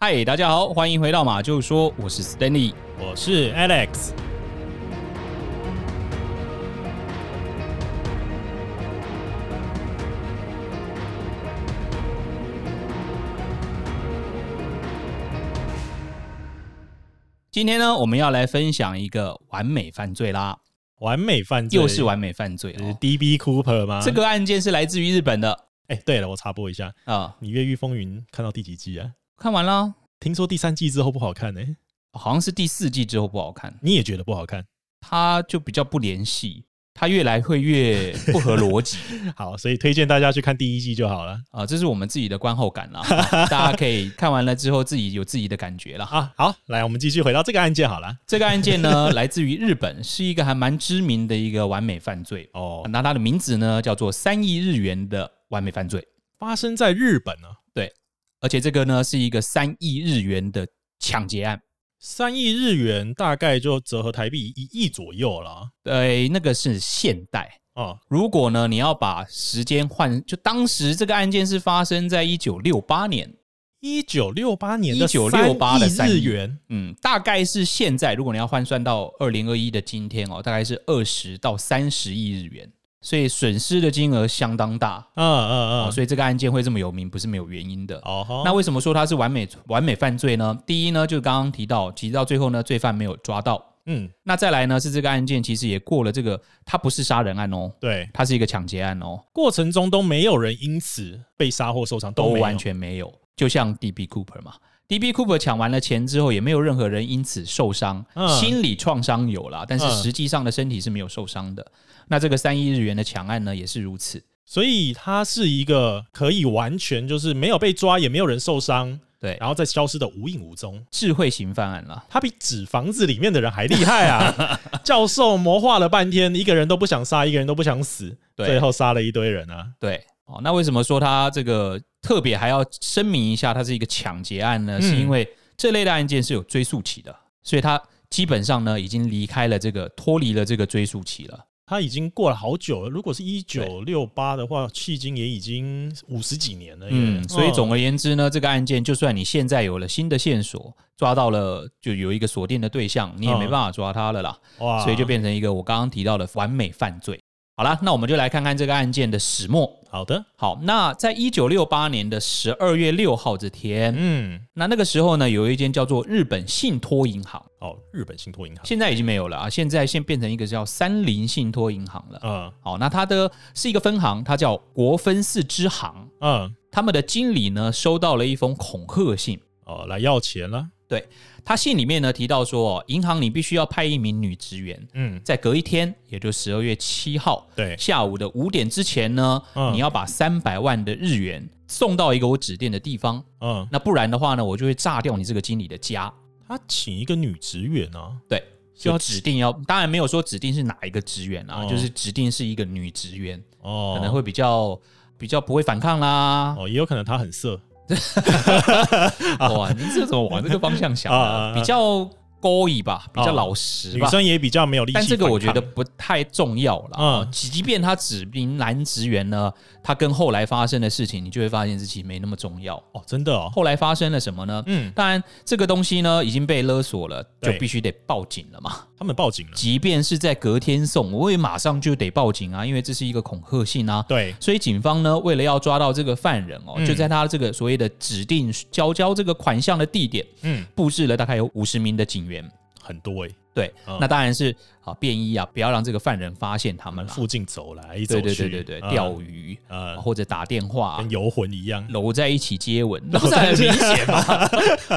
嗨，大家好，欢迎回到马就说，我是 Stanley。我是 Alex。今天呢，我们要来分享一个完美犯罪啦，完美犯罪又是完美犯罪就是哦。 DB Cooper 吗？这个案件是来自于日本的哎、对了，我插播一下，啊、你《越狱风云》看到第几季啊？看完啦，听说第三季之后不好看呢、好像是第四季之后不好看，你也觉得不好看？它就比较不联系，它越来会越不合逻辑好，所以推荐大家去看第一季就好了啊、这是我们自己的观后感啦，啊大家可以看完了之后自己有自己的感觉啦。啊。好，来，我们继续回到这个案件好了。这个案件呢，来自于日本，是一个还蛮知名的一个完美犯罪。哦，那它的名字呢叫做三亿日元的完美犯罪，发生在日本呢、啊，而且这个呢是一个三亿日元的抢劫案。三亿日元大概就折合台币一亿左右了。对，那个是现代。哦，如果呢你要把时间换，就当时这个案件是发生在一九六八年，一九六八年的1968的三三亿亿日元，嗯，大概是现在，如果你要换算到二零二一的今天哦，大概是二十到三十亿日元，所以损失的金额相当大。嗯嗯哦，嗯，所以这个案件会这么有名，不是没有原因的。哦吼，那为什么说它是完美完美犯罪呢？第一呢，就刚刚提到，提到最后呢，罪犯没有抓到。嗯，那再来呢，是这个案件其实也过了这个，它不是杀人案哦，对，它是一个抢劫案哦，过程中都没有人因此被杀或受伤，都没有完全没有。就像 D.B. Cooper 嘛，D.B. Cooper 抢完了钱之后，也没有任何人因此受伤，嗯心理创伤有啦，但是嗯实际上的身体是没有受伤的。那这个三亿日元的抢案呢，也是如此。所以它是一个可以完全就是没有被抓，也没有人受伤，对，然后再消失的无影无踪。智慧型犯案啦，他比纸房子里面的人还厉害啊！ 教授谋划了半天，一个人都不想杀，一个人都不想死，对最后杀了一堆人啊！对，哦，那为什么说它这个特别还要声明一下，它是一个抢劫案呢？嗯是因为这类的案件是有追溯期的，所以它基本上呢已经离开了这个脱离了这个追溯期了。他已经过了好久了，如果是一九六八的话，迄今也已经五十几年了耶。嗯，所以总哦而言之呢，这个案件就算你现在有了新的线索，抓到了就有一个锁定的对象，你也没嗯啊办法抓他了啦，哇所以就变成一个我刚刚提到的完美犯罪。好啦，那我们就来看看这个案件的始末。好的。好，那在一九六八年的十二月六号这天，嗯，那那个时候呢，有一间叫做日本信托银行，哦，日本信托银行，现在已经没有了啊，现在现变成一个叫三菱信托银行了。嗯好，那它的是一个分行，它叫国分寺支行。嗯，他们的经理呢，收到了一封恐吓信。哦，来要钱了，他信里面呢提到说，银行你必须要派一名女职员，嗯，在隔一天，也就十二月七号对，下午的五点之前呢，嗯你要把三百万的日元送到一个我指定的地方，嗯，那不然的话呢，我就会炸掉你这个经理的家。他请一个女职员啊，对，就就要指定要，当然没有说指定是哪一个职员啊，哦就是指定是一个女职员，哦，可能会比较比较不会反抗啦。哦，也有可能他很色哇，你这怎么往这个方向想哦 啊啊啊？啊比较勾引吧，比较哦老实女吧。生也比较没有力气但反抗。这个我觉得不太重要啦。哦嗯，即便他指名男职员呢，他跟后来发生的事情，你就会发现自己没那么重要。哦，真的哦，后来发生了什么呢？嗯，当然，这个东西呢已经被勒索了，就对必须得报警了嘛。他们报警了，即便是在隔天送，我也马上就得报警啊，因为这是一个恐吓信啊。对，所以警方呢，为了要抓到这个犯人哦，嗯就在他这个所谓的指定交交这个款项的地点，嗯，布置了大概有五十名的警员。很多哎，对，嗯那当然是啊，便衣啊，不要让这个犯人发现他们了。附近走来走对去，对对对对，哦嗯钓鱼啊呃，或者打电话啊跟。游魂一样搂在一起接吻， 那哦不是很明显吗？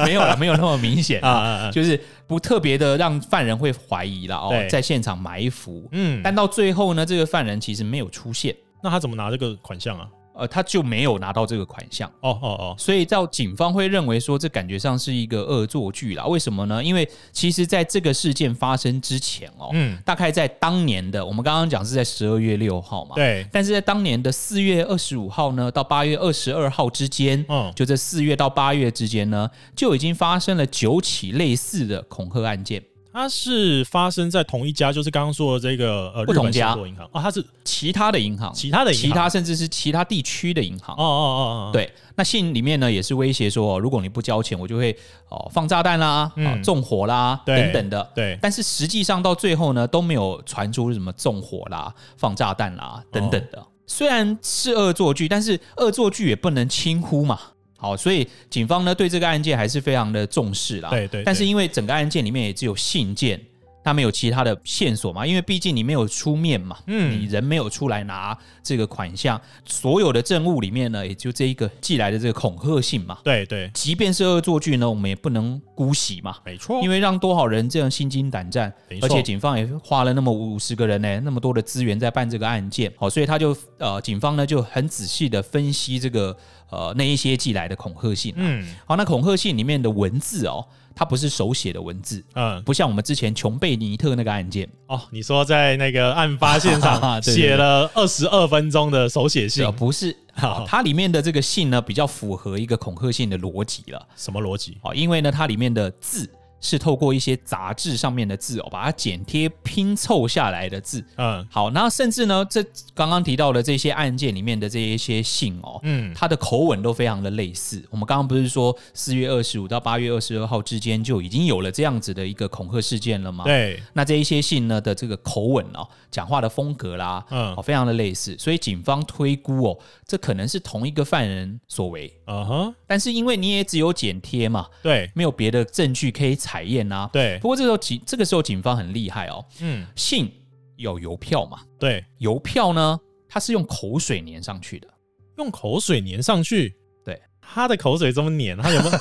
没有了，没有那么明显啊啊，啊啊，就是不特别的让犯人会怀疑了哦对，在现场埋伏，嗯，但到最后呢，这个犯人其实没有出现，那他怎么拿这个款项啊？呃，他就没有拿到这个款项，哦哦所以到警方会认为说这感觉上是一个恶作剧啦。为什么呢？因为其实在这个事件发生之前哦，哦，嗯，大概在当年的我们刚刚讲是在十二月六号嘛，。对，但是在当年的四月二十五号呢，到八月二十二号之间，嗯，就这四月到八月之间呢，就已经发生了九起类似的恐吓案件。它是发生在同一家，就是刚刚说的这个呃不日同本信家托银行啊，它是其他的银行，其他的银行，其他甚至是其他地区的银行。哦哦哦哦，哦，对，那信里面呢也是威胁说，哦如果你不交钱，我就会哦放炸弹啦、啊嗯纵火啦对等等的。对但是实际上到最后呢，都没有传出什么纵火啦、放炸弹哦啦等等的。虽然是恶作剧，但是恶作剧也不能轻忽嘛。好，所以警方呢对这个案件还是非常的重视啦。对对但是对因为整个案件里面也只有信件，它没有其他的线索嘛，因为毕竟你没有出面嘛，嗯你人没有出来拿这个款项，所有的证物里面呢，也就这一个寄来的这个恐吓信嘛。对对，即便是恶作剧呢，我们也不能姑息嘛。没错，因为为让多少人这样心惊胆战没，错而且警方也花了那么五十个人呢、那么多的资源在办这个案件，好，所以他就呃，警方呢就很仔细的分析这个呃那一些寄来的恐吓信、嗯好，那恐吓信里面的文字哦，它不是手写的文字，嗯不像我们之前琼贝尼特那个案件，哦，你说在那个案发现对场对对写了二十二分钟的手写信呃，，不是，好它里面的这个信呢比较符合一个恐吓信的逻辑了，什么逻辑？好，因为呢它里面的字。是透过一些杂志上面的字哦，把它剪贴拼凑下来的字，嗯好，那甚至呢，这刚刚提到的这些案件里面的这一些信哦，嗯它的口吻都非常的类似。我们刚刚不是说四月二十五到八月二十二号之间就已经有了这样子的一个恐吓事件了吗？。对，那这一些信呢的这个口吻哦，讲话的风格啦，嗯哦，非常的类似，所以警方推估哦，这可能是同一个犯人所为。嗯哼，但是因为你也只有剪贴嘛，对没有别的证据可以采验啊。对不，过这时候警这个时候警方很厉害哦，嗯信有邮票嘛，对，邮票呢，它是用口水粘上去 的。用口水粘上去，对，他的口水这么粘，他有没有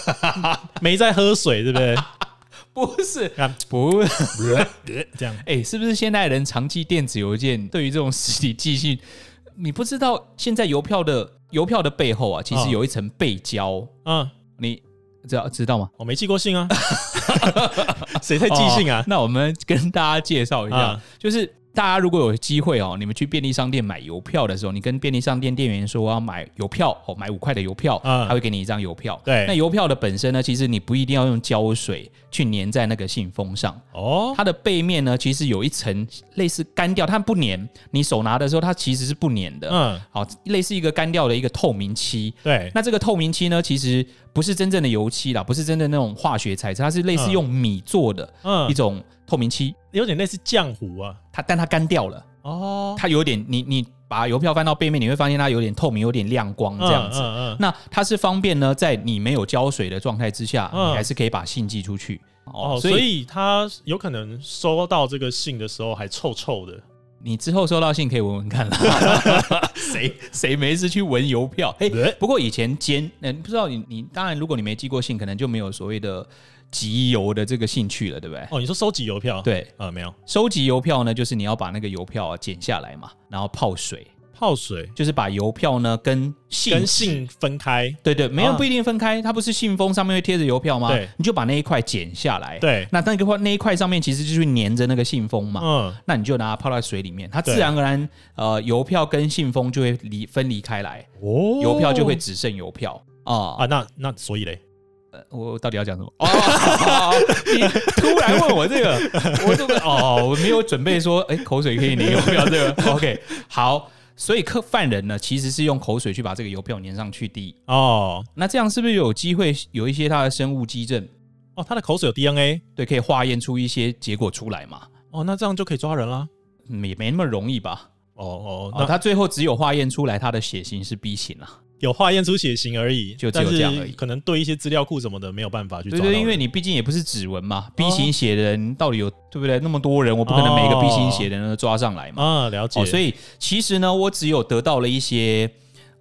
没在喝水，对不对？不是啊，不是，这样，哎、是不是现代人长期电子邮件对于这种实体寄信，你不知道现在邮票的邮票的背后啊，其实嗯有一层背胶，嗯，你知道知道吗？我没寄过信啊，谁在寄信哦啊？那我们跟大家介绍一下，嗯就是大家如果有机会哦，你们去便利商店买邮票的时候，你跟便利商店店员说我要买邮票哦，买五块的邮票，嗯他会给你一张邮票。对那邮票的本身呢，其实你不一定要用胶水去粘在那个信封上。哦，它的背面呢，其实有一层类似干掉，它不粘。你手拿的时候，它其实是不粘的。嗯，好，类似一个干掉的一个透明漆。对，那这个透明漆呢，其实不是真正的油漆啦，不是真的那种化学材质，它是类似嗯用米做的一嗯，种透明漆。有点类似浆糊啊，它但它干掉了，哦，它有点你你把邮票翻到背面，你会发现它有点透明，有点亮光这样子。嗯嗯嗯那它是方便呢，在你没有胶水的状态之下，嗯你还是可以把信寄出去。哦，所以他有可能收到这个信的时候还臭臭的，你之后收到信可以闻闻 看啦。谁谁没事去闻邮票？哎、对不过以前监，嗯、不知道你你当然，如果你没寄过信，可能就没有所谓的集邮的这个兴趣了，对不对？哦，你说收集邮票？，对，呃，没有收集邮票呢，就是你要把那个邮票啊剪下来嘛，然后泡水，泡水就是把邮票呢跟信跟纸信分开，对对，没有啊不一定分开，它不是信封上面会贴着邮票吗？对你就把那一块剪下来。，对，那那个块那一块上面其实就是粘着那个信封嘛。嗯，那你就拿它泡在水里面，它自对然而然，呃，邮票跟信封就会离分离开来，哦邮票就会只剩邮票啊、啊，那那所以嘞，呃我到底要讲什么？哦，好好你突然问我这个，我这个哦，我没有准备说，哎、口水可以粘邮票这个。OK，好，所以客犯人呢，其实是用口水去把这个邮票粘上去。第一，哦那这样是不是有机会有一些他的生物基证，哦，他的口水有 DNA，对，可以化验出一些结果出来嘛？哦，那这样就可以抓人啦。嗯也没那么容易吧？哦哦，哦，那他最后只有化验出来他的血型是 B 型啊。有化验出血型而已，就只但有是这样而已可能对一些资料库什么的没有办法去抓对到人。对，因为你毕竟也不是指纹嘛，B 型血的人到底有对不对？那么多人，我不可能每个哦 B 型血的人都抓上来嘛。啊，了解，哦，所以其实呢，我只有得到了一些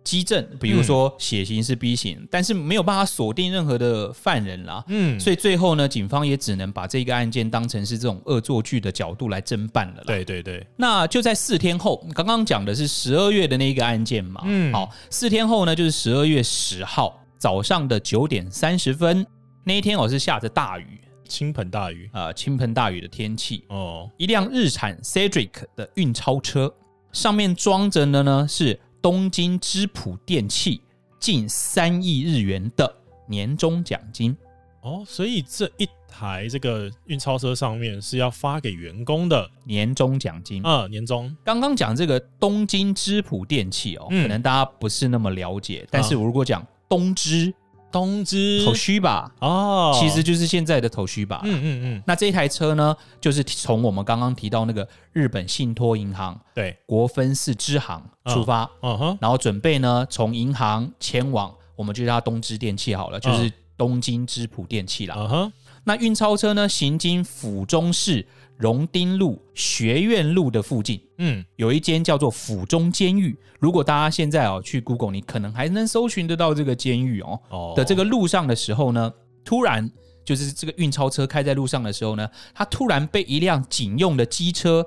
基证，比如嗯说血型是 B 型，但是没有办法锁定任何的犯人啦。嗯，所以最后呢，警方也只能把这个案件当成是这种恶作剧的角度来侦办了啦。对对对，那就在四天后，刚刚讲的是十二月的那一个案件嘛，嗯啊好，四天后呢就是十二月十号早上的九点三十分，那一天哦我、是下着大雨，倾盆大雨呃，倾盆大雨的天气，哦，一辆日产 Cedric 的运钞车上面装着的呢是东京芝浦电器近三亿日元的年终奖金，哦，所以这一台这个运钞车上面是要发给员工的，年终奖金。啊，年终刚刚讲这个东京芝浦电器哦，嗯可能大家不是那么了解，但是我如果讲东芝通知 Toshiba，哦，其实就是现在的 Toshiba。嗯嗯嗯，那这一台车呢，就是从我们刚刚提到那个日本信托银行对，国分寺支行嗯出发，嗯哼，然后准备呢从银行前往，我们就叫它东芝电器好了，就是东京芝浦电器啦。嗯哼，那运钞车呢，行经府中市荣町路学院路的附近。嗯，有一间叫做府中监狱，如果大家现在哦去 Google，你可能还能搜寻得到这个监狱哦哦的这个路上的时候呢，突然就是这个运钞车开在路上的时候呢，它突然被一辆警用的机车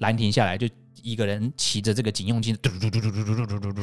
拦停下来，就一个人骑着这个警用机，嘟嘟嘟嘟嘟嘟嘟嘟嘟嘟嘟，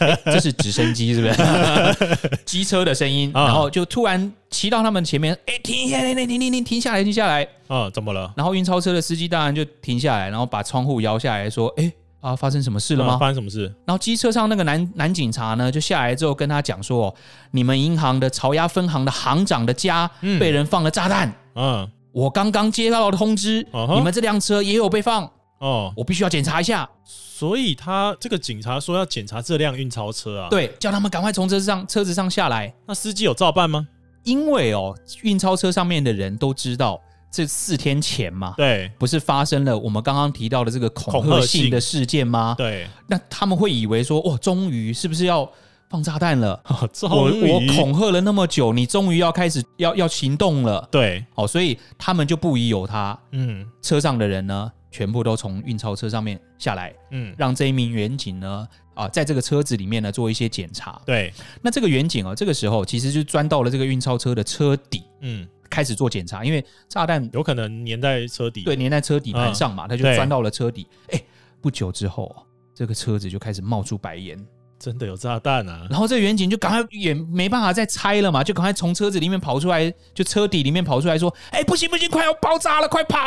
哎这是直升机是不是？机车的声音，啊然后就突然骑到他们前面，哎，停下来，停停停停，停下来，停下来。啊，怎么了？然后运钞车的司机当然就停下来，然后把窗户摇下来说：“哎啊，发生什么事了吗？”啊发生什么事？然后机车上那个男男警察呢，就下来之后跟他讲说：“哦，你们银行的朝阳分行的行长的家嗯被人放了炸弹，嗯，我刚刚接到了通知，啊哈你们这辆车也有被放，哦，我必须要检查一下。所以他这个警察说要检查这辆运钞车啊，，对，叫他们赶快从车上车子上下来，那司机有照办吗？因为哦，运钞车上面的人都知道，这四天前嘛， 对，不是发生了我们刚刚提到的这个恐恐吓吓性性的事件吗？ 对，那他们会以为说，哇，终于是不是要放炸弹了？我终于我恐吓了那么久，你终于要开始要要行动了。对，哦，所以他们就不疑有他，嗯车上的人呢，全部都从运钞车上面下来，嗯，让这一名远警呢，啊，在这个车子里面呢做一些检查。对，那这个远警啊，这个时候其实就钻到了这个运钞车的车底，嗯，开始做检查，因为炸弹有可能粘在车底，对，粘在车底盘上嘛，他就嗯对钻到了车底。哎，不久之后啊，这个车子就开始冒出白烟。真的有炸弹啊，然后这个远景就赶快也没办法再拆了嘛，就赶快从车子里面跑出来，就车底里面跑出来说：“哎、不行不行，快要爆炸了，快跑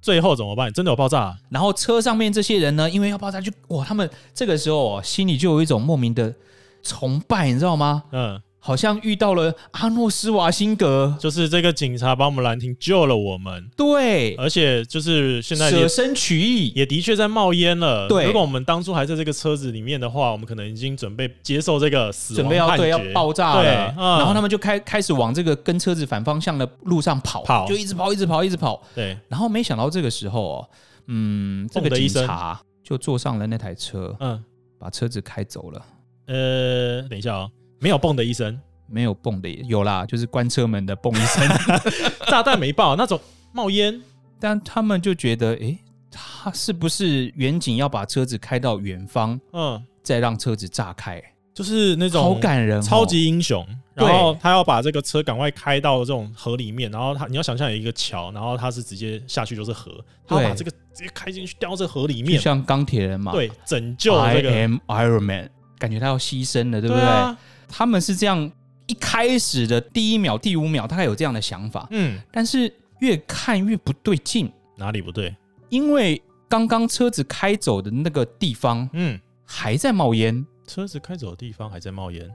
最后怎么办？真的有爆炸啊？！”然后车上面这些人呢，因为要爆炸就，哇，他们这个时候、哦、心里就有一种莫名的崇拜，你知道吗？嗯，好像遇到了阿诺斯瓦辛格，就是这个警察把我们拦停，救了我们，对，而且就是呃现在也舍身取义，也的确在冒烟了。对如果我们当初还在这个车子里面的话，我们可能已经准备接受这个死准亡备要判对决。要爆炸对了，嗯然后他们就开开始往这个跟车子反方向的路上跑，跑就一直跑，一直跑，一直跑。对，然后没想到这个时候哦，嗯，这砰个的一警声察就坐上了那台车，嗯，把车子开走了。呃，等一下哦，没有蹦的一声，没有蹦的也有啦，就是关车门的蹦一 声。炸弹没爆，那种冒烟，但他们就觉得，诶，他是不是远景要把车子开到远方，嗯，再让车子炸开？就是那种好感人、哦，超级英雄，对然后他要把这个车赶快开到这种河里面，然后他你要想象有一个桥，然后他是直接下去就是河，他对要把这个直接开进去掉到这河里就面，像钢铁人嘛。对，拯救，I 这个， am Iron Man，感觉他要牺牲了，对不对？啊，他们是这样，一开始的第一秒、第五秒，大概有这样的想法，嗯，但是越看越不对劲。哪里不对？因为刚刚车子开走的那个地方嗯，还在冒烟，车子开走的地方还在冒烟，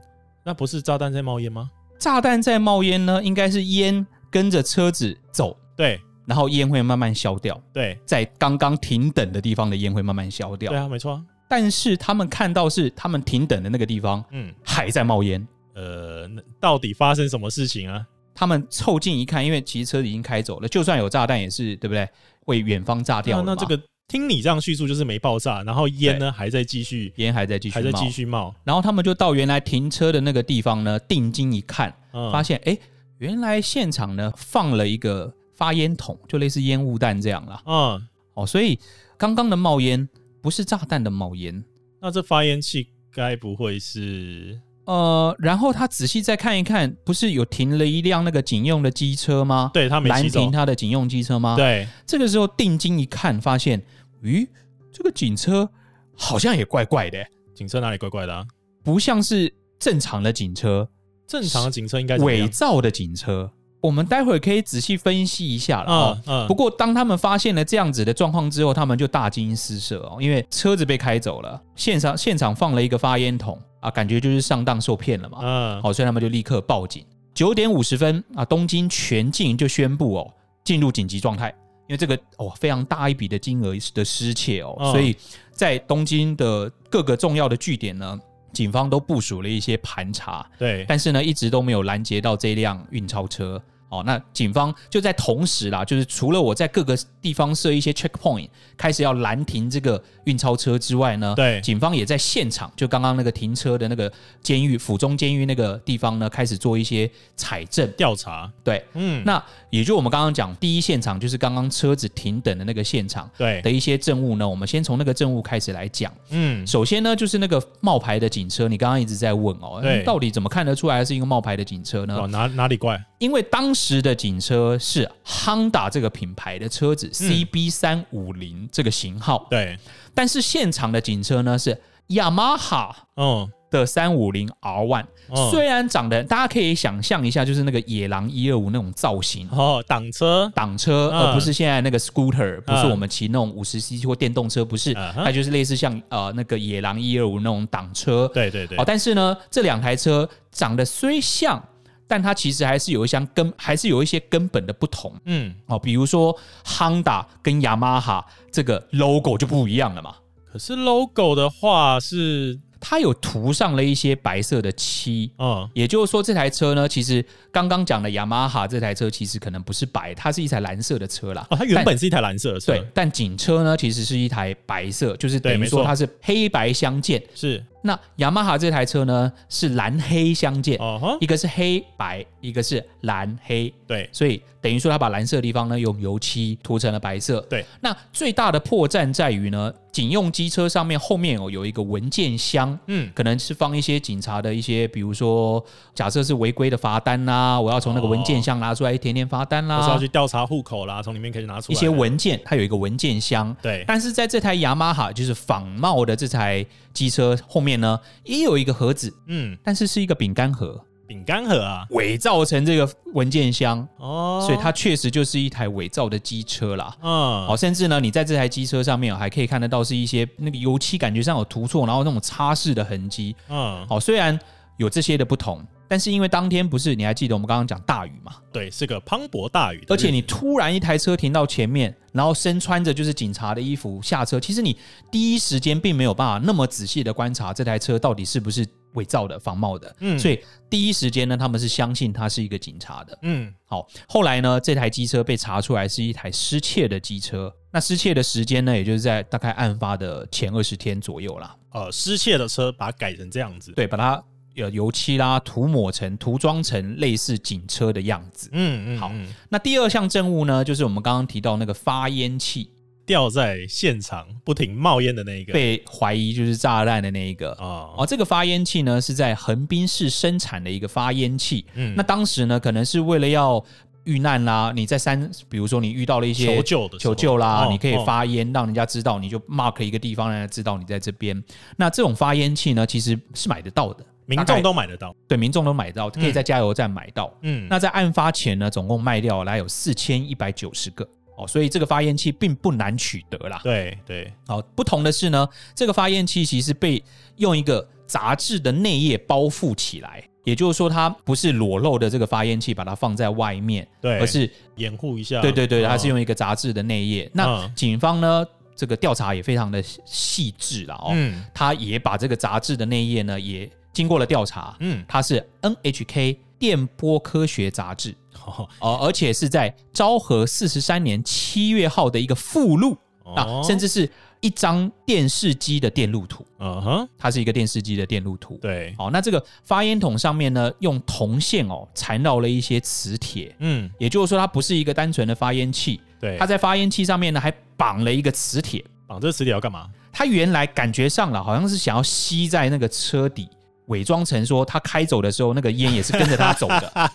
那不是炸弹在冒烟吗？炸弹在冒烟呢，应该是烟跟着车子走，对然后烟会慢慢消掉，对在刚刚停等的地方的烟会慢慢消掉对。啊，没错啊，但是他们看到是他们停等的那个地方嗯，还在冒烟，呃，那到底发生什么事情啊？他们凑近一看，因为其实车子已经开走了，就算有炸弹也是对不对？会远方炸掉那了嘛哦那这个听你这样叙述就是没爆炸，然后烟呢还在继续，烟还在继续还冒，在继续冒，然后他们就到原来停车的那个地方呢，定睛一看，嗯，发现哎、诶原来现场呢放了一个发烟筒，就类似烟雾弹这样啦。嗯，哦，所以刚刚的冒烟不是炸弹的冒烟。那这发烟器该不会是？呃，然后他仔细再看一看，不是有停了一辆那个警用的机车吗？，对他没拦骑走停，他的警用机车吗？。对，这个时候定睛一看，发现，咦，这个警车好像也怪怪的，警车哪里怪怪的啊？不像是正常的警车，正常的警车应该怎么伪样？造的警车。我们待会儿可以仔细分析一下了、哦嗯。嗯，不过，当他们发现了这样子的状况之后，他们就大惊失色哦，因为车子被开走了，现场现场放了一个发烟筒啊，感觉就是上当受骗了嘛。嗯，好，所以他们就立刻报警。九点五十分啊，东京全境就宣布哦，进入紧急状态，因为这个哦非常大一笔的金额的失窃哦，嗯所以在东京的各个重要的据点呢，警方都部署了一些盘查，对，但是呢，一直都没有拦截到这辆运钞车。哦，那警方就在同时啦，就是除了我在各个地方设一些 checkpoint，开始要拦停这个运钞车之外呢，对警方也在现场，就刚刚那个停车的那个监狱府中监狱那个地方呢，开始做一些采证。调查，对，嗯，那也就我们刚刚讲第一现场，就是刚刚车子停等的那个现场对，的一些证物呢，我们先从那个证物开始来讲。嗯，首先呢，就是那个冒牌的警车，你刚刚一直在问哦，对到底怎么看得出来是一个冒牌的警车呢？哦，哪哪里怪？因为当时的警车是 Honda 这个品牌的车嗯子 CB 三五零这个型号，对，但是现场的警车呢是 Yamaha 嗯，的三五零 R One，、嗯虽然长得大家可以想象一下，就是那个野狼一二五那种造型。哦，挡车，挡车，嗯而不是现在那个 scooter，不是嗯我们骑那种五十 cc 或电动车，不是，嗯哼它就是类似像呃那个野狼一二五那种挡车，对对对哦，，但是呢，这两台车长得虽像，但它其实还是有一项根，还是有一些根本的不同嗯，哦。比如说，Honda 跟 Yamaha 这个 logo 就不一样了嘛，可是 logo 的话是，它有涂上了一些白色的漆。嗯，也就是说，这台车呢，其实刚刚讲的 Yamaha 这台车其实可能不是白，它是一台蓝色的车啦。哦，它原本是一台蓝色的车，对，但警车呢，其实是一台白色，就是对等于没说错它是黑白相间。是，那 Yamaha 这台车呢，是蓝黑相间。哦哈，一个是黑白，一个是蓝黑，对，所以等于说他把蓝色的地方呢用油漆涂成了白色。对，那最大的破绽在于呢，警用机车上面后面有有一个文件箱。嗯，可能是放一些警察的一些，比如说，假设是违规的罚单啦、我要从那个文件箱拿出来一填填罚单啦、哦我是要去调查户口啦，从里面可以拿啊出一来些文件，它有一个文件箱。对，但是在这台雅马哈，就是仿冒的这台机车后面呢，也有一个盒子，嗯，但是是一个饼干盒，饼干盒啊，伪造成这个文件箱。哦，所以它哦确实就是一台伪造的机车啦。嗯，好，甚至呢，你在这台机车上面哦还可以看得到是一些那个油漆感觉上有涂错，然后那种擦拭的痕迹。嗯，好，虽然有这些的不同，但是因为当天不是你还记得我们刚刚讲大雨嘛，对，是个磅礴大雨的日子，而且你突然一台车停到前面，然后身穿着就是警察的衣服下车，其实你第一时间并没有办法那么仔细的观察这台车到底是不是伪造的、仿冒的。嗯所以第一时间呢，他们是相信他是一个警察的。嗯，好，后来呢，这台机车被查出来是一台失窃的机车。那失窃的时间呢，也就是在大概案发的前二十天左右啦。呃，失窃的车把它改成这样子，对，把它呃油漆啦涂抹成、涂装成类似警车的样子。嗯，嗯好嗯那第二项证物呢，就是我们刚刚提到那个发烟器，掉在现场不停冒烟的那一个，被怀疑就是炸弹的那一个。嗯哦，哦，这个发烟器呢是在横滨市生产的一个发烟器。嗯那当时呢，可能是为了要遇难啦，你在山，比如说你遇到了一些求救的时求候救啦，哦你可以哦发烟，让人家知道，你就 mark 一个地方，让人家知道你在这边。那这种发烟器呢，其实是买得到的，哦民大众概都买得到，对民众都买到，可以在加油站买到。嗯，那在案发前呢，总共卖掉来有四千一百九十个。哦，所以这个发烟器并不难取得啦。对对，好，不同的是呢，这个发烟器其实被用一个杂志的内页包覆起来，也就是说，它不是裸露的这个发烟器把它放在外面，对而是掩护一下，对对对，哦它是用一个杂志的内页。那嗯警方呢，这个调查也非常的细致了哦，嗯他也把这个杂志的内页呢也经过了调查，嗯， 它是 NHK 电波科学杂志。好，哦，而且是在昭和四十三年七月号的一个附录，啊，哦甚至是一张电视机的电路图，嗯哼，它是一个电视机的电路图。，对，好，那这个发烟筒上面呢，用铜线哦缠绕了一些磁铁，嗯也就是说，它不是一个单纯的发烟器，对，它在发烟器上面呢还绑了一个磁铁。绑这个磁铁要干嘛？它原来感觉上了，好像是想要吸在那个车底，伪装成说它开走的时候，那个烟也是跟着它走 的。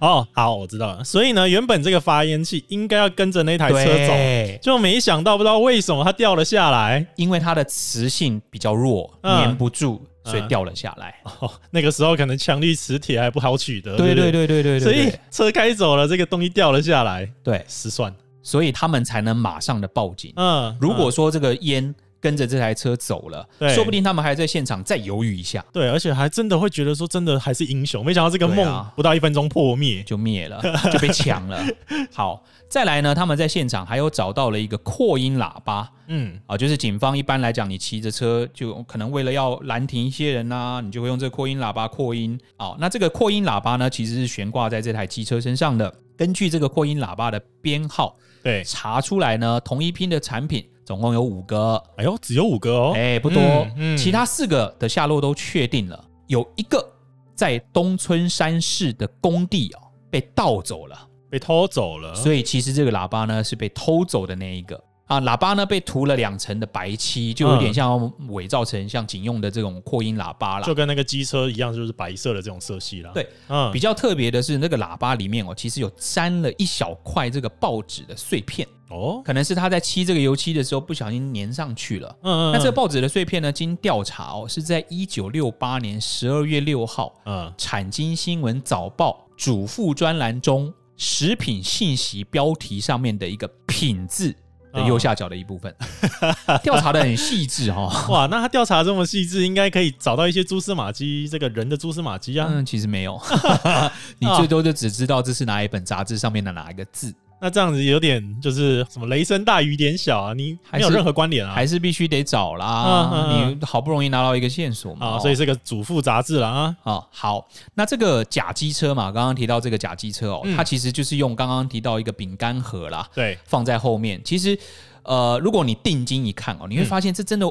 哦，好，我知道了。所以呢，原本这个发烟器应该要跟着那台车走，对，就没想到不知道为什么它掉了下来。因为它的磁性比较弱，嗯粘不住，所以嗯掉了下来。哦，那个时候可能强力磁铁还不好取得，对不对对对对对，所以对车开走了，这个东西掉了下来，对，失算。所以他们才能马上的报警。嗯，如果说这个烟跟着这台车走了对，说不定他们还在现场再犹豫一下对，而且还真的会觉得说，真的还是英雄。没想到这个对梦啊不到一分钟破灭。就灭了， 就被抢了。好，再来呢，他们在现场还有找到了一个扩音喇叭。嗯，啊，就是警方一般来讲，你骑着车就可能为了要拦停一些人呐、你就会用这个扩音喇叭扩音。哦，那这个扩音喇叭呢，其实是悬挂在这台机车身上的。根据这个扩音喇叭的编号对。查出来呢，同一批的产品总共有五个，哎呦，只有五个哦。哎、不多、嗯嗯其他四个的下落都确定了，有一个在东村山市的工地哦被盗走了。被偷走了。所以其实这个喇叭呢是被偷走的那一个啊，喇叭呢被涂了两层的白漆，就有点像伪造成像警用的这种扩音喇叭啦嗯就。跟那个机车一样，就是白色的这种色系啦。对，嗯比，较特别的是，那个喇叭里面哦，其实有沾了一小块这个报纸的碎片，哦，可能是他在漆这个油漆的时候不小心粘上去了。嗯嗯，那这个嗯报纸的碎片呢，经调查哦，是在一九六八年十二月六号，嗯，产经新闻早报主副专栏中食品信息标题上面的一个“品”字的嗯右下角的一部分， 调查的很细致哦 哈。哇，那他调查这么细致，应该可以找到一些蛛丝马迹，这个人的蛛丝马迹啊。嗯，其实没 有，你最多就只知道这是哪一本杂志上面的哪一个字，那这样子有点就是什么雷声大雨点小啊，你还没是有任何关联啊。还是必须得找嗯嗯啦。嗯你好不容易拿到一个线索嘛，啊，哦所以是个主妇杂志了啊。啊、好，那这个假机车嘛，刚刚提到这个假机车哦，嗯它其实就是用刚刚提到一个饼干盒啦，对，放在后面。其实，呃，如果你定睛一看哦，你会发现这真的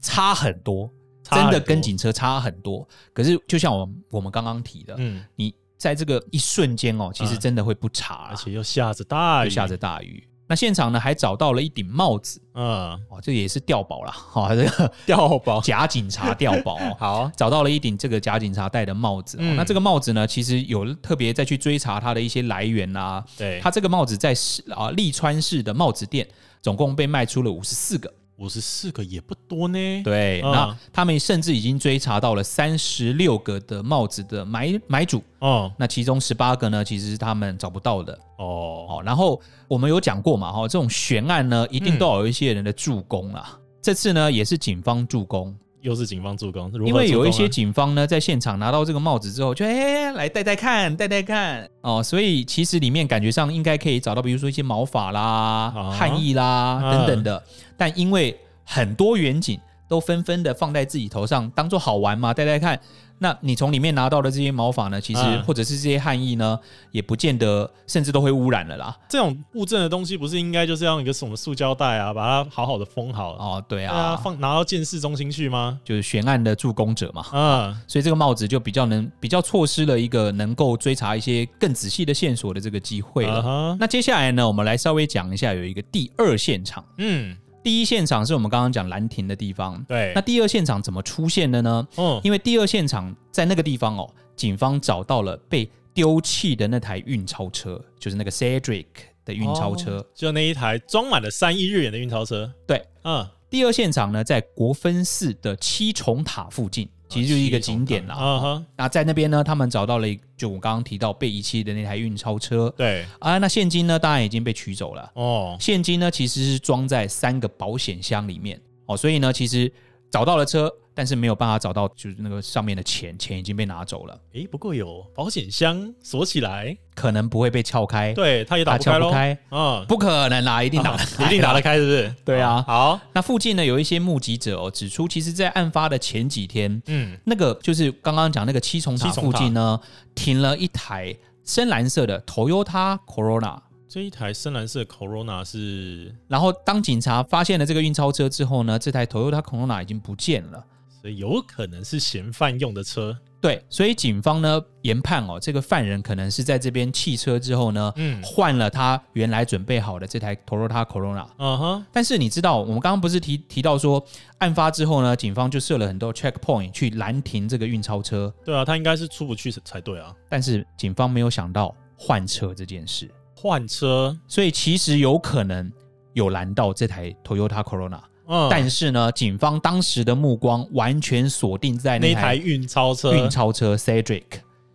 差很多，嗯差很真多的跟警车差很多。可是，就像我们我们刚刚提的，嗯，你在这个一瞬间哦，其实真的会不查而啦，嗯且又下着大就雨，啊下着大雨。那现场呢，还找到了一顶帽子嗯，哦，这也是掉宝啦，哈、哦，这个 掉 包。假警察掉宝、哦。好，找到了一顶这个假警察戴的帽子、哦嗯那这个帽子呢，其实有特别再去追查它的一些来源啊，对，他这个帽子在市啊利川市的帽子店，总共被卖出了五十四个。五十四个也不多呢。对，嗯那他们甚至已经追查到了三十六个的帽子的买买主，哦那其中十八个呢，其实是他们找不到的。哦，哦，然后我们有讲过嘛，哈、哦这种悬案呢，一定都要有一些人的助攻啦。这次呢，也是警方助攻，又是警方助攻，如何因为助有攻一啊些警方呢，在现场拿到这个帽子之后，就哎、来戴戴看，戴戴看哦，所以其实里面感觉上应该可以找到，比如说一些毛发啦、啊汗意啦嗯等等的，但因为很多远景都纷纷的放在自己头上，当做好玩嘛，戴戴看。那你从里面拿到的这些毛发呢，其实、嗯或者是这些汗意呢，也不见得，甚至都会污染了啦。这种物证的东西，不是应该就是要用一个什么塑胶袋啊，把它好好的封好，哦，对对啊，啊，放拿到鉴识中心去吗？就是悬案的助攻者嘛。嗯，所以这个帽子就比较能比较错失了一个能够追查一些更仔细的线索的这个机会了。啊哈那接下来呢，我们来稍微讲一下有一个第二现场。嗯，第一现场是我们刚刚讲兰亭的地方，对，那第二现场怎么出现的呢？嗯，因为第二现场在那个地方哦，警方找到了被丢弃的那台运钞车，就是那个 Cedric 的运钞车。哦就那一台装满了三亿日元的运钞车，对，嗯，第二现场呢，在国分寺的七重塔附近，其实就是一个景点啦。啊哈，那在那边呢，他们找到了一，就我刚刚提到被遗弃的那台运钞车对，啊，那现金呢，当然已经被取走了。哦，现金呢，其实是装在三个保险箱里面哦，所以呢，其实找到了车，但是没有办法找到就是那个上面的钱，钱已经被拿走了，诶，不过有保险箱锁起来，可能不会被撬开，对，它也打打不撬开不喽，开，嗯，不可能啦，一定打得开 一定打得开，是不是？对啊好，那附近呢，有一些目击者哦指出，其实在案发的前几天，嗯，那个就是刚刚讲那个七重塔七重附塔近呢，停了一台深蓝色的 Toyota Corona。这一台深蓝色的 Corona 是，然后当警察发现了这个运钞车之后呢，这台 Toyota Corona 已经不见了。所以有可能是嫌犯用的车，对，所以警方呢研判哦，这个犯人可能是在这边弃车之后呢，嗯，换了他原来准备好的这台 Toyota Corona。嗯哼，但是你知道，我们刚刚不是提提到说，案发之后呢，警方就设了很多 checkpoint 去拦停这个运钞车，对啊，他应该是出不去才对啊，但是警方没有想到换车这件事，换车，所以其实有可能有拦到这台 Toyota Corona。嗯，但是呢，警方当时的目光完全锁定在那那一台台运钞车，运钞车 Cedric，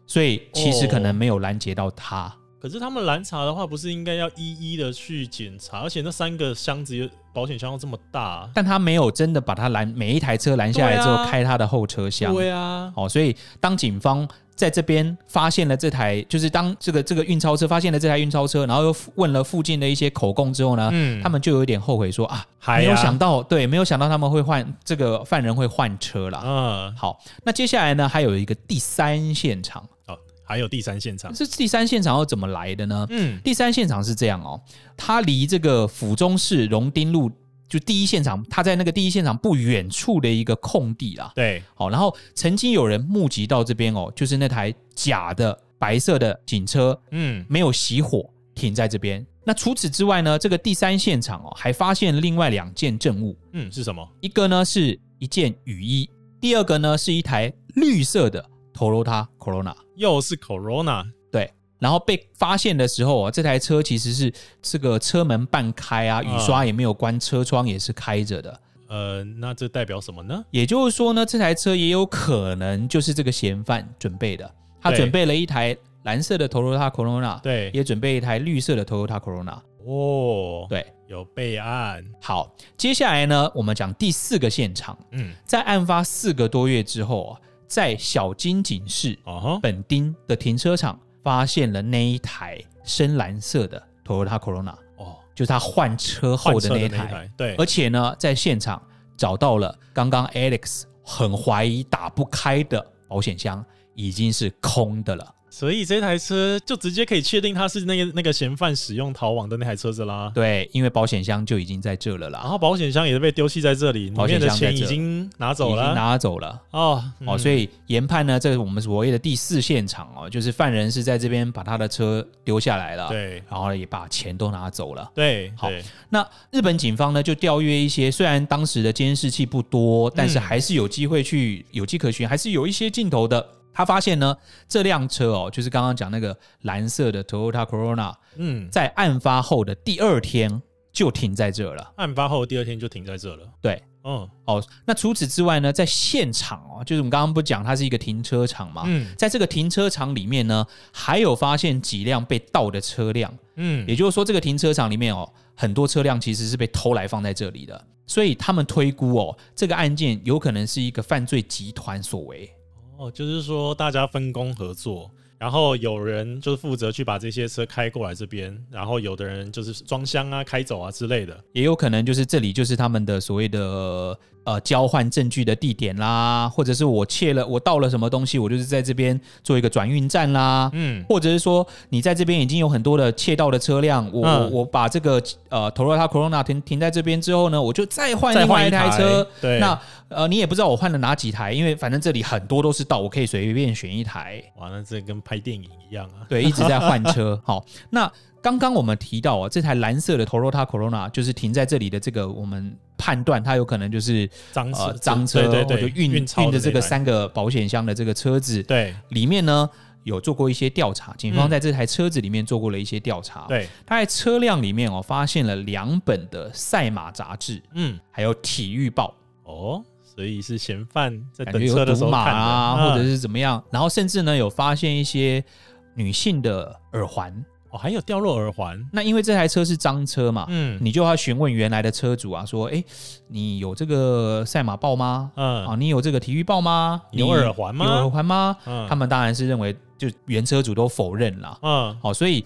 所以其实哦可能没有拦截到他。可是他们拦查的话，不是应该要一一的去检查？而且那三个箱子有，保险箱又这么大，但他没有真的把他拦，每一台车拦下来之对后啊开他的后车厢。对啊，哦，所以当警方在这边发现了这台，就是当这个这个运钞车发现了这台运钞车，然后又问了附近的一些口供之后呢，嗯他们就有点后悔说啊，还没哎呀有想到，对，没有想到他们会换这个犯人会换车啦。嗯，好，那接下来呢，还有一个第三现场，哦，还有第三现场，这第三现场要怎么来的呢？嗯，第三现场是这样哦，它离这个府中市荣町路就第一现场，它在那个第一现场不远处的一个空地啦。对，好，然后曾经有人目击到这边哦，就是那台假的白色的警车嗯，没有熄火，停在这边。那除此之外呢，这个第三现场哦，还发现另外两件证物，嗯，是什么？一个呢是一件雨衣，第二个呢是一台绿色的 Toyota Corona。又是 Corona，对，然后被发现的时候啊，这台车其实是这个车门半开啊，嗯雨刷也没有关，车窗也是开着的。呃，那这代表什么呢？也就是说呢，这台车也有可能就是这个嫌犯准备的。他对准备了一台蓝色的 Toyota Corona，，对，也准备一台绿色的 Toyota Corona。哦，对，有备案，好，接下来呢，我们讲第四个现场，嗯，在案发四个多月之后啊，在小金井市哦吼，本町的停车场发现了那一台深蓝色的 Toyota Corona，哦，就是他换车后换的车那的一那一台。哎台，对，而且呢，在现场找到了刚刚 Alex 很怀疑打不开的保险箱，已经是空的了。所以这台车就直接可以确定它是那个那个嫌犯使用逃亡的那台车子啦。对，因为保险箱就已经在这了然啦，后保险箱也是被丢弃在这里，里保面险的箱在钱这已经拿走已经了。拿走了。哦哦，所以研判呢，这是我们所谓的第四现场哦，就是犯人是在这边把他的车丢下来了，，对然后也把钱都拿走了。对啊好对那日本警方呢，就调阅一些虽然当时的监视器不多，但是还是有机会去有迹可循，还是有一些镜头的。他发现呢，这辆车哦，就是刚刚讲那个蓝色的 Toyota Corona，嗯，在案发后的第二天就停在这了。案发后第二天就停在这了。对，嗯哦，那除此之外呢，在现场哦，就是我们刚刚不讲它是一个停车场嘛，嗯在这个停车场里面呢，还有发现几辆被盗的车辆。嗯，也就是说，这个停车场里面哦，很多车辆其实是被偷来放在这里的，所以他们推估哦，这个案件有可能是一个犯罪集团所为。哦，就是说大家分工合作，然后有人就是负责去把这些车开过来这边，然后有的人就是装箱啊、开走啊之类的。也有可能就是这里就是他们的所谓的呃交换证据的地点啦，或者是我窃了我盗了什么东西，我就是在这边做一个转运站啦，嗯，或者是说你在这边已经有很多的窃盗的车辆，我、嗯我我把这个呃 Toyota Corona 停停在这边之后呢，我就再换再另外换一台车，对，那呃，你也不知道我换了哪几台，因为反正这里很多都是盗，我可以随便选一台。哇，那这跟拍电影一样啊。对，一直在换 车。好，那刚刚我们提到啊，这台蓝色的 Toyota Corona 就是停在这里的这个，我们判断它有可能就是脏车呃脏车，对或对者对，运超运的这个那台三个保险箱的这个车子对里面呢，有做过一些调查，警嗯方在这台车子里面做过了一些调查。，对，它在车辆里面哦，发现了两本的赛马杂志，嗯。还有体育报。哦，所以是嫌犯在感等觉车有的时赌候马看的，嗯啊，或者是是怎么样，然后甚至呢有发现一些女性的耳环。哦，还有掉落耳环，那因为这台车是赃车嘛，嗯你就要询问原来的车主啊，说，哎、你有这个赛马报吗？啊，嗯你有这个体育报吗？你有你耳环吗有耳环吗？他嗯们当然是认为，就原车主都否认啦。嗯，好，所以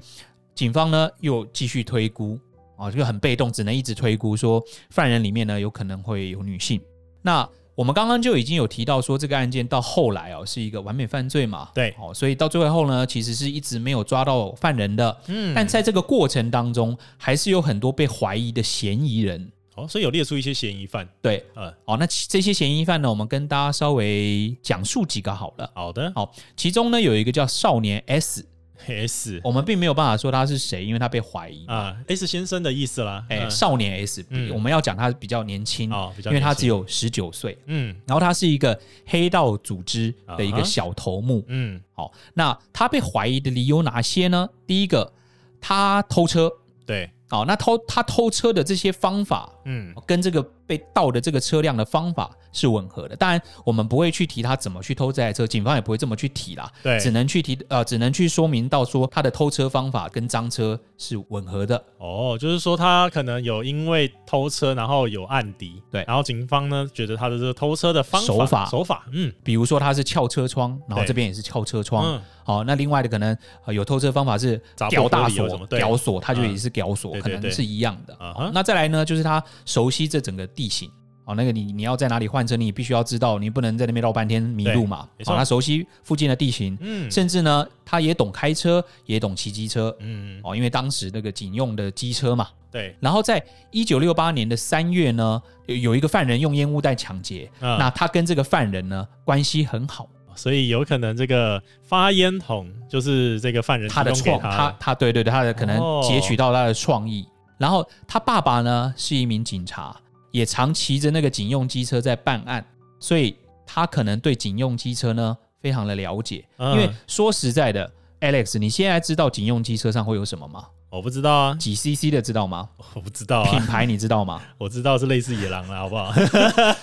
警方呢又继续推估啊，这个很被动，只能一直推估说犯人里面呢有可能会有女性。那我们刚刚就已经有提到说，这个案件到后来哦是一个完美犯罪嘛，对哦，所以到最后呢，其实是一直没有抓到犯人的。嗯但在这个过程当中，还是有很多被怀疑的嫌疑人。哦，所以有列出一些嫌疑犯，对，嗯，哦，那其这些嫌疑犯呢，我们跟大家稍微讲述几个好了。好的其中呢，有一个叫少年 S， ，S 我们并没有办法说他是谁，因为他被怀疑。啊，S 先生的意思啦，哎、嗯少年 S，、嗯我们要讲他比较年轻，哦，比较因为他年轻只有十九岁，嗯然后他是一个黑道组织的一个啊哈小头目。嗯，好、那他被怀疑的理由有哪些呢？第一个，他偷车。对，哦，那偷他偷车的这些方法嗯，跟这个被盗的这个车辆的方法是吻合的。当然，我们不会去提他怎么去偷这台车，警方也不会这么去提啦，对，只能去提呃，只能去说明到说他的偷车方法跟赃车是吻合的。哦，就是说他可能有因为偷车，然后有案底，对然后警方呢觉得他的这个偷车的方法手法手法，嗯比如说他是撬车窗，然后对这边也是撬车窗，嗯，好、那另外的可能、呃、有偷车方法是砸破屌大玻璃或什锁么、对屌锁，他就也是屌锁，嗯对可对能对是一样的。好啊哈那再来呢，就是他熟悉这整个地形。哦，那个你你要在哪里换车，你必须要知道，你不能在那边绕半天迷路嘛对没。错好、他熟悉附近的地形，嗯甚至呢，他也懂开车，也懂骑机车。嗯，哦，因为当时那个警用的机车嘛。对，然后在一九六八年的三月呢，有有一个犯人用烟雾弹抢劫，嗯那他跟这个犯人呢关系很好，所以有可能这个发烟筒就是这个犯人他的提供创，给他他他对对对，他的可能哦截取到他的创意。然后他爸爸呢是一名警察，也常骑着那个警用机车在办案，所以他可能对警用机车呢非常的了解。嗯因为说实在的，Alex，你现在知道警用机车上会有什么吗？我不知道啊，几 CC 的知道吗？我不知道品 啊，牌你知 道吗？我知道是类似野狼了，好不好？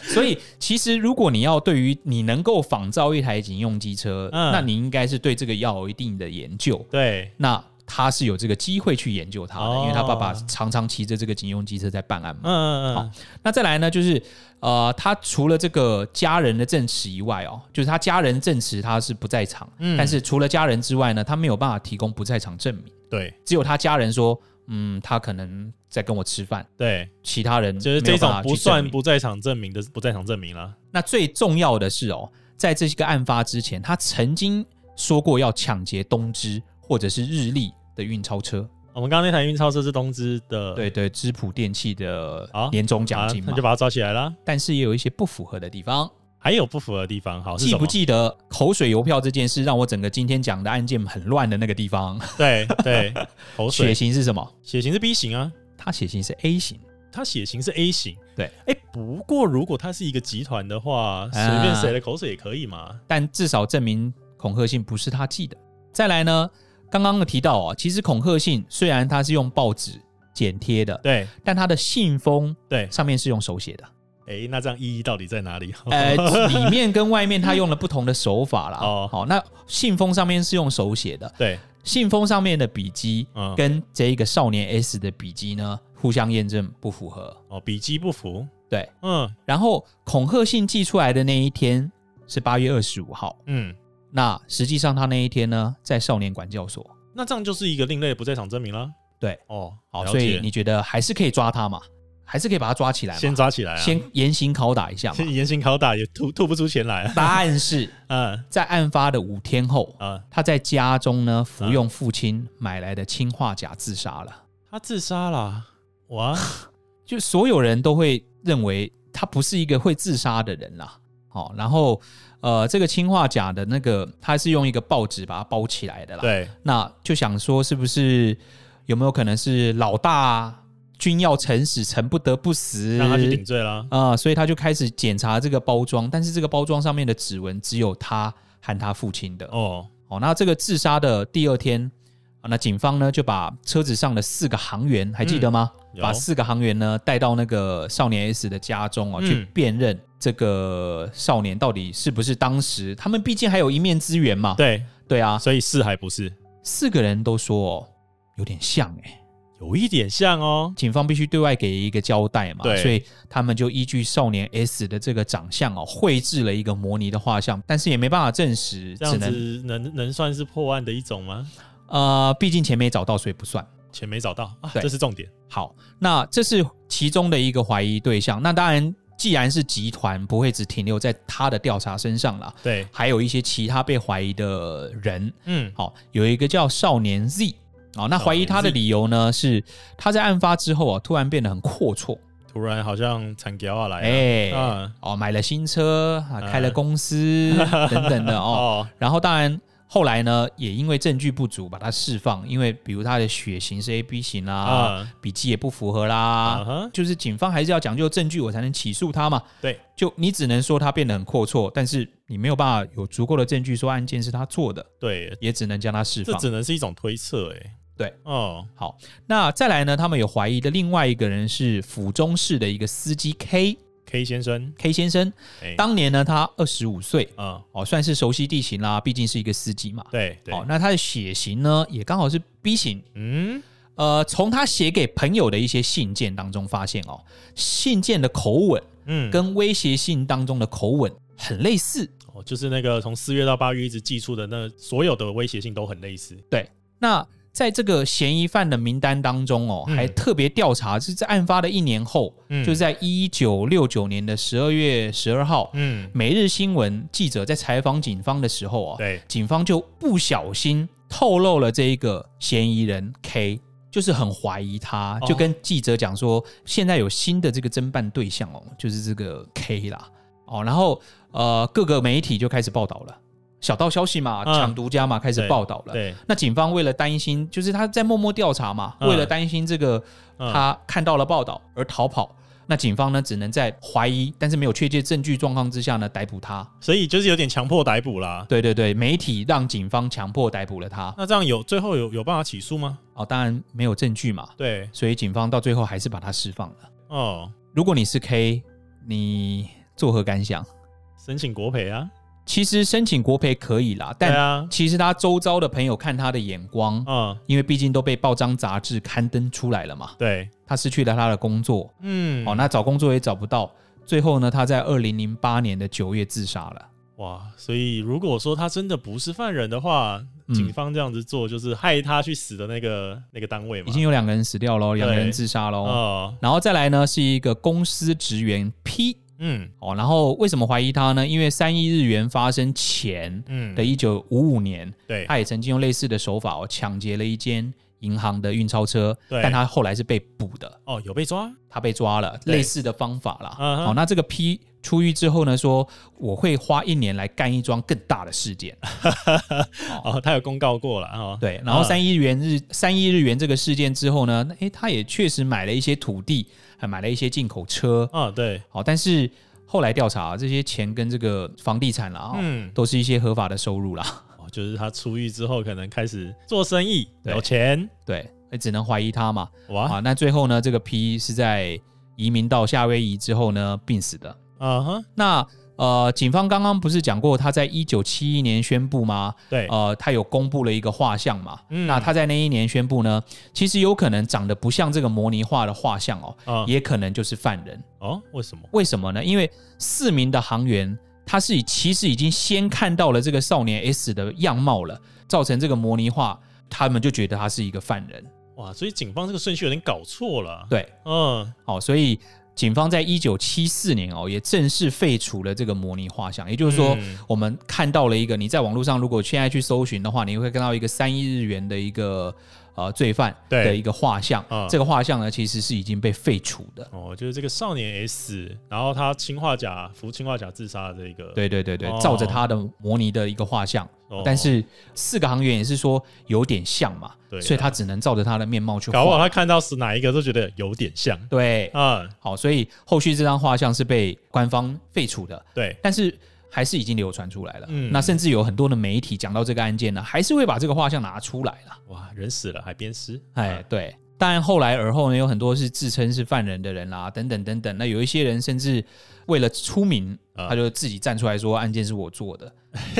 所以其实如果你要对于你能够仿造一台警用机车，嗯那你应该是对这个要有一定的研究。对，那他是有这个机会去研究他的，哦因为他爸爸常常骑着这个警用机车在办案嘛。嗯嗯好嗯，那再来呢，就是呃，他除了这个家人的证词以外哦，就是他家人证词他是不在场，嗯但是除了家人之外呢，他没有办法提供不在场证明，对只有他家人说，嗯，他可能在跟我吃饭，对，其他人就是没这有办种法去不算证明不在场证明的不在场证明了，那最重要的是哦，在这个案发之前，他曾经说过要抢劫东芝或者是日立的运钞车，我们刚刚那台运钞车是东芝的，对对，芝浦电器的啊年终奖啊，金嘛那就。把它抓起来啦。但是也有一些不符合的地方。还有不符合的地方，好，是记什不么？记得口水邮票这件事，让我整个今天讲的案件很乱的那个地方？对 对，口血水型是什么？血型是 B 型啊，他血型是 A 型，他血型是 A 型。对啊哎、不过如果他是一个集团的话，随便谁的口水也可以嘛。但至少证明恐吓信不是他寄的。再来呢，刚刚有提到啊、哦，其实恐吓信虽然它是用报纸剪贴的，对但它的信封对，上面是用手写的，哎、那这样意义到底在哪 里？呃，里面跟外面它用了不同的手法啦。哦好，那信封上面是用手写的， 对，信封上面的笔迹嗯，跟这一个少年 S 的笔迹呢，互相验证不符合。哦，笔迹不符，对，嗯然后恐吓信寄出来的那一天是八月二十五号，嗯，那实际上他那一天呢，在少年管教所。那这样就是一个另类的不在场证明啦。对，哦，好，了所以解你觉得还是可以抓他嘛？还是可以把他抓起来嘛？先抓起来啊， 先严刑拷打一下嘛先？严刑拷打也吐吐不出钱来啊。但是嗯在案发的五天后，啊，他在家中呢服用父亲买来的氰化钾自杀了。他自杀啦！ 哇，就所有人都会认为他不是一个会自杀的人啦。好、然后呃，这个氰化钾的那个，他是用一个报纸把它包起来的啦。，对，那就想说是不是有没有可能是老大君要臣死，臣不得不死，让他去顶罪啦。啊、所以他就开始检查这个包装，但是这个包装上面的指纹只有他和他父亲的。哦，哦，那这个自杀的第二天，啊那警方呢就把车子上的四个航员还记嗯得吗？有把四个航员呢带到那个少年 S 的家中啊、哦，嗯去辨认这个少年到底是不是当时他们毕竟还有一面之缘嘛。对，对啊，所以是还不是，四个人都说哦，有点像哎、有一点像哦。警方必须对外给一个交代嘛，对所以他们就依据少年 S 的这个长相哦，绘制了一个模拟的画像，但是也没办法证实，这只样能子能能算是破案的一种吗？呃，毕竟钱没找到，所以不算。钱没找到啊，对这是重点。好，那这是其中的一个怀疑对象。那当然，既然是集团，不会只停留在他的调查身上啦，对，还有一些其他被怀疑的人。嗯，好，有一个叫少年 Z 啊，那怀疑他的理由呢是他在案发之后啊，突然变得很阔绰，突然好像惨叫啊来了，哎、嗯哦，买了新车啊，嗯开了公司、等等的哦。哦，然后当然后来呢，也因为证据不足把他释放，因为比如他的血型是 A B 型啦、啊笔迹也不符合啦，啊哈，就是警方还是要讲究证据，我才能起诉他嘛。对，就你只能说他变得很阔绰，但是你没有办法有足够的证据说案件是他做的，对，也只能将他释这放。只能是一种推测，哎，哦，好，那再来呢，他们有怀疑的另外一个人是府中市的一个司机 K K 先生， K 先生，哎、当年呢他二十五岁，嗯，哦，算是熟悉地形啦，毕竟是一个司机嘛。对对，哦，那他的血型呢也刚好是 B 型。嗯，呃，从他写给朋友的一些信件当中发现哦，信件的口吻嗯，跟威胁信当中的口吻很类似。哦，就是那个从四月到八月一直寄出的那所有的威胁性都很类似。那在这个嫌疑犯的名单当中哦，嗯还特别调查，是在案发的一年后，嗯就是在一九六九年的十二月十二号，嗯，每日新闻记者在采访警方的时候啊、对，警方就不小心透露了这一个嫌疑人 K，就是很怀疑他，哦就跟记者讲说，现在有新的这个侦办对象哦，就是这个 K 啦，哦，然后呃，各个媒体就开始报道了，小道消息嘛，嗯抢独家嘛，开始对报道了。对，那警方为了担心，就是他在默默调查嘛，嗯为了担心这个嗯他看到了报道而逃跑，那警方呢只能在怀疑但是没有确切证据状况之下呢逮捕他。所以就是有点强迫逮捕啦。对对对，媒体让警方强迫逮捕了他。那这样有最后有有办法起诉吗？哦，当然没有证据嘛，对，所以警方到最后还是把他释放了。哦，如果你是 K，你作何感想？申请国赔啊，其实申请国赔可以啦，对但啊，其实他周遭的朋友看他的眼光，嗯，因为毕竟都被报章杂志刊登出来了嘛，对，他失去了他的工作，嗯，哦，那找工作也找不到，最后呢，他在二零零八年的九月自杀了。哇，所以如果说他真的不是犯人的话，嗯警方这样子做就是害他去死的那个那个单位嘛，已经有两个人死掉喽，两个人自杀喽。哦，然后再来呢，是一个公司职员 P 嗯哦，然后为什么怀疑他呢？因为三一日元发生前嗯，的一九五五年，对他也曾经用类似的手法哦，抢劫了一间银行的运钞车，对但他后来是被捕的，哦，有被抓，他被抓了，对类似的方法啦。哦嗯哼好，那这个 P 出狱之后呢，说我会花一年来干一桩更大的事件。哦，他有公告过了哦，对，然后嗯三一元日三一日元这个事件之后呢，诶，他也确实买了一些土地，还买了一些进口车，啊，对，好，但是后来调查这些钱跟这个房地产啦，哦，嗯，都是一些合法的收入啦， 哦，就是他出狱之后可能开始做生意，对有钱，对，也只能怀疑他嘛，哇，啊，那最后呢，这个 P 是在移民到夏威夷之后呢，病死的。啊哈，那呃，警方刚刚不是讲过他在一九七一年宣布吗？对，呃，他有公布了一个画像嘛？嗯那他在那一年宣布呢，其实有可能长得不像这个模拟画的画像哦，啊，也可能就是犯人。哦，为什么？为什么呢？因为四名的航员他是以其实已经先看到了这个少年 S 的样貌了，造成这个模拟画，他们就觉得他是一个犯人。哇，所以警方这个顺序有点搞错了，对，嗯，好、哦所以警方在一九七四年哦，也正式废除了这个模拟画像，也就是说。嗯我们看到了一个，你在网络上如果现在去搜寻的话，你会看到一个三亿日元的一个呃罪犯对的一个画像嗯。这个画像呢，其实是已经被废除的。哦，就是这个少年 S，然后他氰化钾服氰化钾自杀的这个，，对对对对哦，照着他的模拟的一个画像，哦但是四个航员也是说有点像嘛对，啊所以他只能照着他的面貌去搞不好画。他看到是哪一个都觉得有点像，对，啊、好，所以后续这张画像是被官方废除的。对，但是还是已经流传出来了。嗯那甚至有很多的媒体讲到这个案件呢，还是会把这个画像拿出来了。哇，人死了还鞭尸，哎，对。但后来而后呢，有很多是自称是犯人的人啦，等等等等。那有一些人甚至为了出名，啊他就自己站出来说案件是我做的，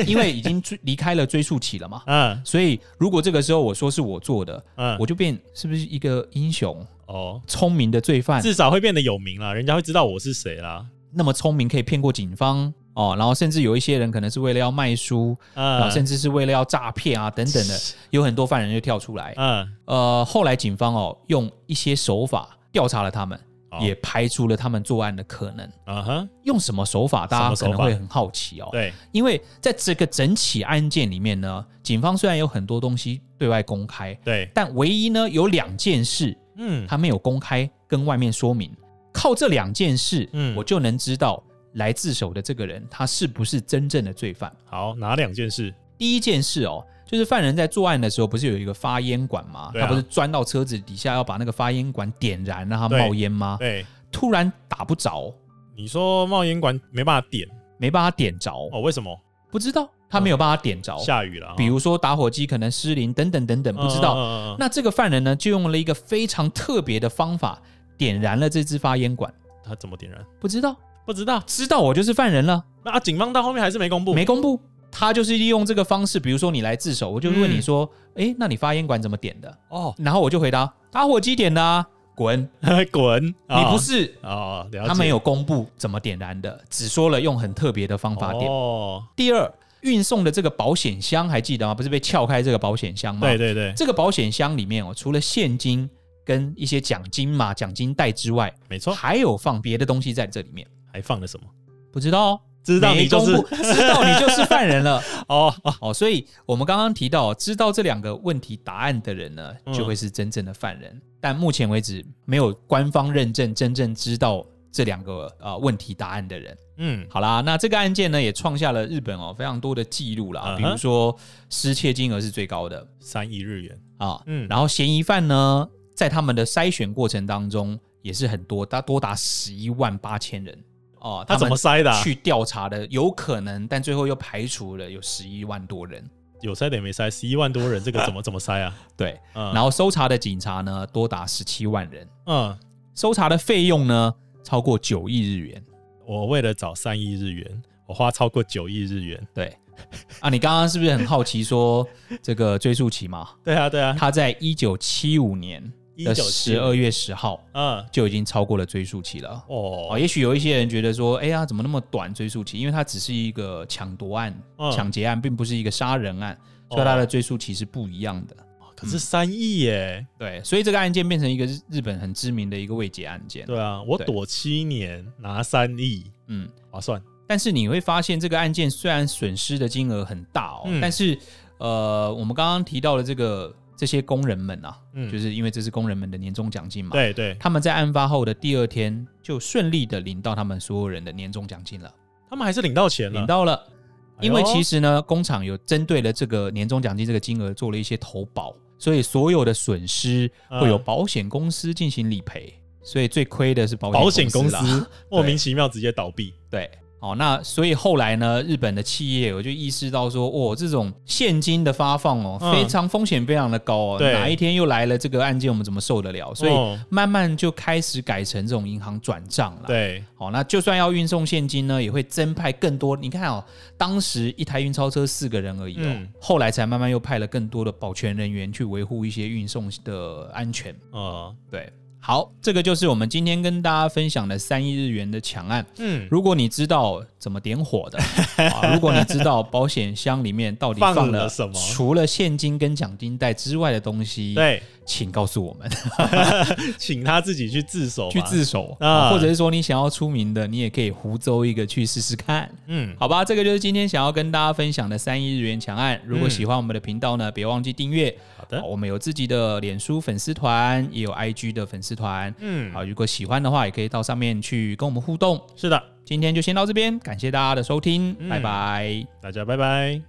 因为已经追离开了追溯期了嘛。嗯所以如果这个时候我说是我做的，嗯，我就变是不是一个英雄、哦，聪明的罪犯？至少会变得有名啦，人家会知道我是谁啦，那么聪明可以骗过警方哦，然后甚至有一些人可能是为了要卖书，然后嗯甚至是为了要诈骗啊等等的，有很多犯人就跳出来。嗯，呃，后来警方哦用一些手法调查了他们，哦也排除了他们作案的可能。啊哈，用什么手法？大家什可么手能法会很好奇哦。对，因为在这个整起案件里面呢，警方虽然有很多东西对外公开，对，但唯一呢有两件事嗯，他没有公开跟外面说明。靠这两件事，嗯我就能知道来自首的这个人他是不是真正的罪犯。好，哪两件事？第一件事哦，就是犯人在作案的时候，不是有一个发烟管吗？对啊他不是钻到车子底下要把那个发烟管点燃让它冒烟吗？对，突然打不着，你说冒烟管没办法点没办法点着，哦，为什么？不知道他没有办法点着，下雨了啊，比如说打火机可能失灵等等等等，不知道。道那这个犯人呢，就用了一个非常特别的方法，点燃了这支发烟管。他怎么点燃？不知道，不知道。知道我就是犯人了，那啊，警方到后面还是没公布，没公布。他就是利用这个方式，比如说你来自首，我就问你说，嗯诶，那你发烟管怎么点的？哦， 然后我就回答打火机点的啊，滚！滚！你啊不是，哦，了解他没有公布怎么点燃的，只说了用很特别的方法点。哦，第二，运送的这个保险箱还记得吗？不是被撬开这个保险箱吗？对对对，这个保险箱里面哦，除了现金跟一些奖金嘛、奖金袋之外，没错，还有放别的东西在这里面，还放了什么？不知道哦。知道你没就是公布知道你就是犯人了哦哦，哦，所以我们刚刚提到，知道这两个问题答案的人呢，嗯就会是真正的犯人。但目前为止，没有官方认证真正知道这两个呃问题答案的人。嗯，好啦，那这个案件呢，也创下了日本哦非常多的记录啦，嗯哼比如说失窃金额是最高的三亿日元，啊，嗯然后嫌疑犯呢，在他们的筛选过程当中也是很多，他多达十一万八千人哦，他怎么筛的啊？去调查的？有可能，但最后又排除了有十一万多人。有筛的也没筛，十一万多人，这个怎么怎么筛啊？对，嗯，然后搜查的警察呢，多达十七万人，嗯，搜查的费用呢，超过九亿日元。我为了找三亿日元，我花超过九亿日元。对，啊，你刚刚是不是很好奇说这个追溯期 嘛？对啊，对啊，他在一九七五年的1975十二月十号嗯，就已经超过了追溯期了。哦，哦，也许有一些人觉得说，哎呀，怎么那么短追溯期？因为它只是一个抢夺案、嗯抢劫案，并不是一个杀人案，所以它的追溯期是不一样的。可是三亿耶，对，所以这个案件变成一个日日本很知名的一个未解案件。对啊，我对躲七年拿三亿，嗯，划算。但是你会发现这个案件虽然损失的金额很大哦，嗯但是呃，我们刚刚提到的这个这些工人们啊，嗯就是因为这是工人们的年终奖金嘛，对对，他们在案发后的第二天就顺利的领到他们所有人的年终奖金了，他们还是领到钱领了，到了。哎呦因为其实呢，工厂有针对了这个年终奖金这个金额做了一些投保，所以所有的损失会有嗯保险公司进行理赔，所以最亏的是保保险公公啦司 莫名其妙直接倒闭。对，哦，那所以后来呢，日本的企业我就意识到说，哦，这种现金的发放哦，嗯非常风险非常的高哦，对哪一天又来了这个案件，我们怎么受得了？所以哦慢慢就开始改成这种银行转账了。。对，哦，那就算要运送现金呢，也会增派更多。你看哦，当时一台运钞车四个人而已哦，嗯后来才慢慢又派了更多的保全人员去维护一些运送的安全。哦，对，好，这个就是我们今天跟大家分享的三亿日元的抢案。嗯，如果你知道怎么点火 的，啊、如果你知道保险箱里面到底放放了什么除了现金跟奖金袋之外的东西，对，请告诉我们请他自己去自首吧，去自首啊啊，或者是说你想要出名的，你也可以胡诌一个去试试看。嗯，好吧，这个就是今天想要跟大家分享的三亿日元强案。如果嗯喜欢我们的频道呢，别忘记订阅。好的好，我们有自己的脸书粉丝团，也有 IG 的粉丝团。嗯，好，如果喜欢的话，也可以到上面去跟我们互动。是的，今天就先到这边，感谢大家的收听，嗯拜拜。大家拜拜。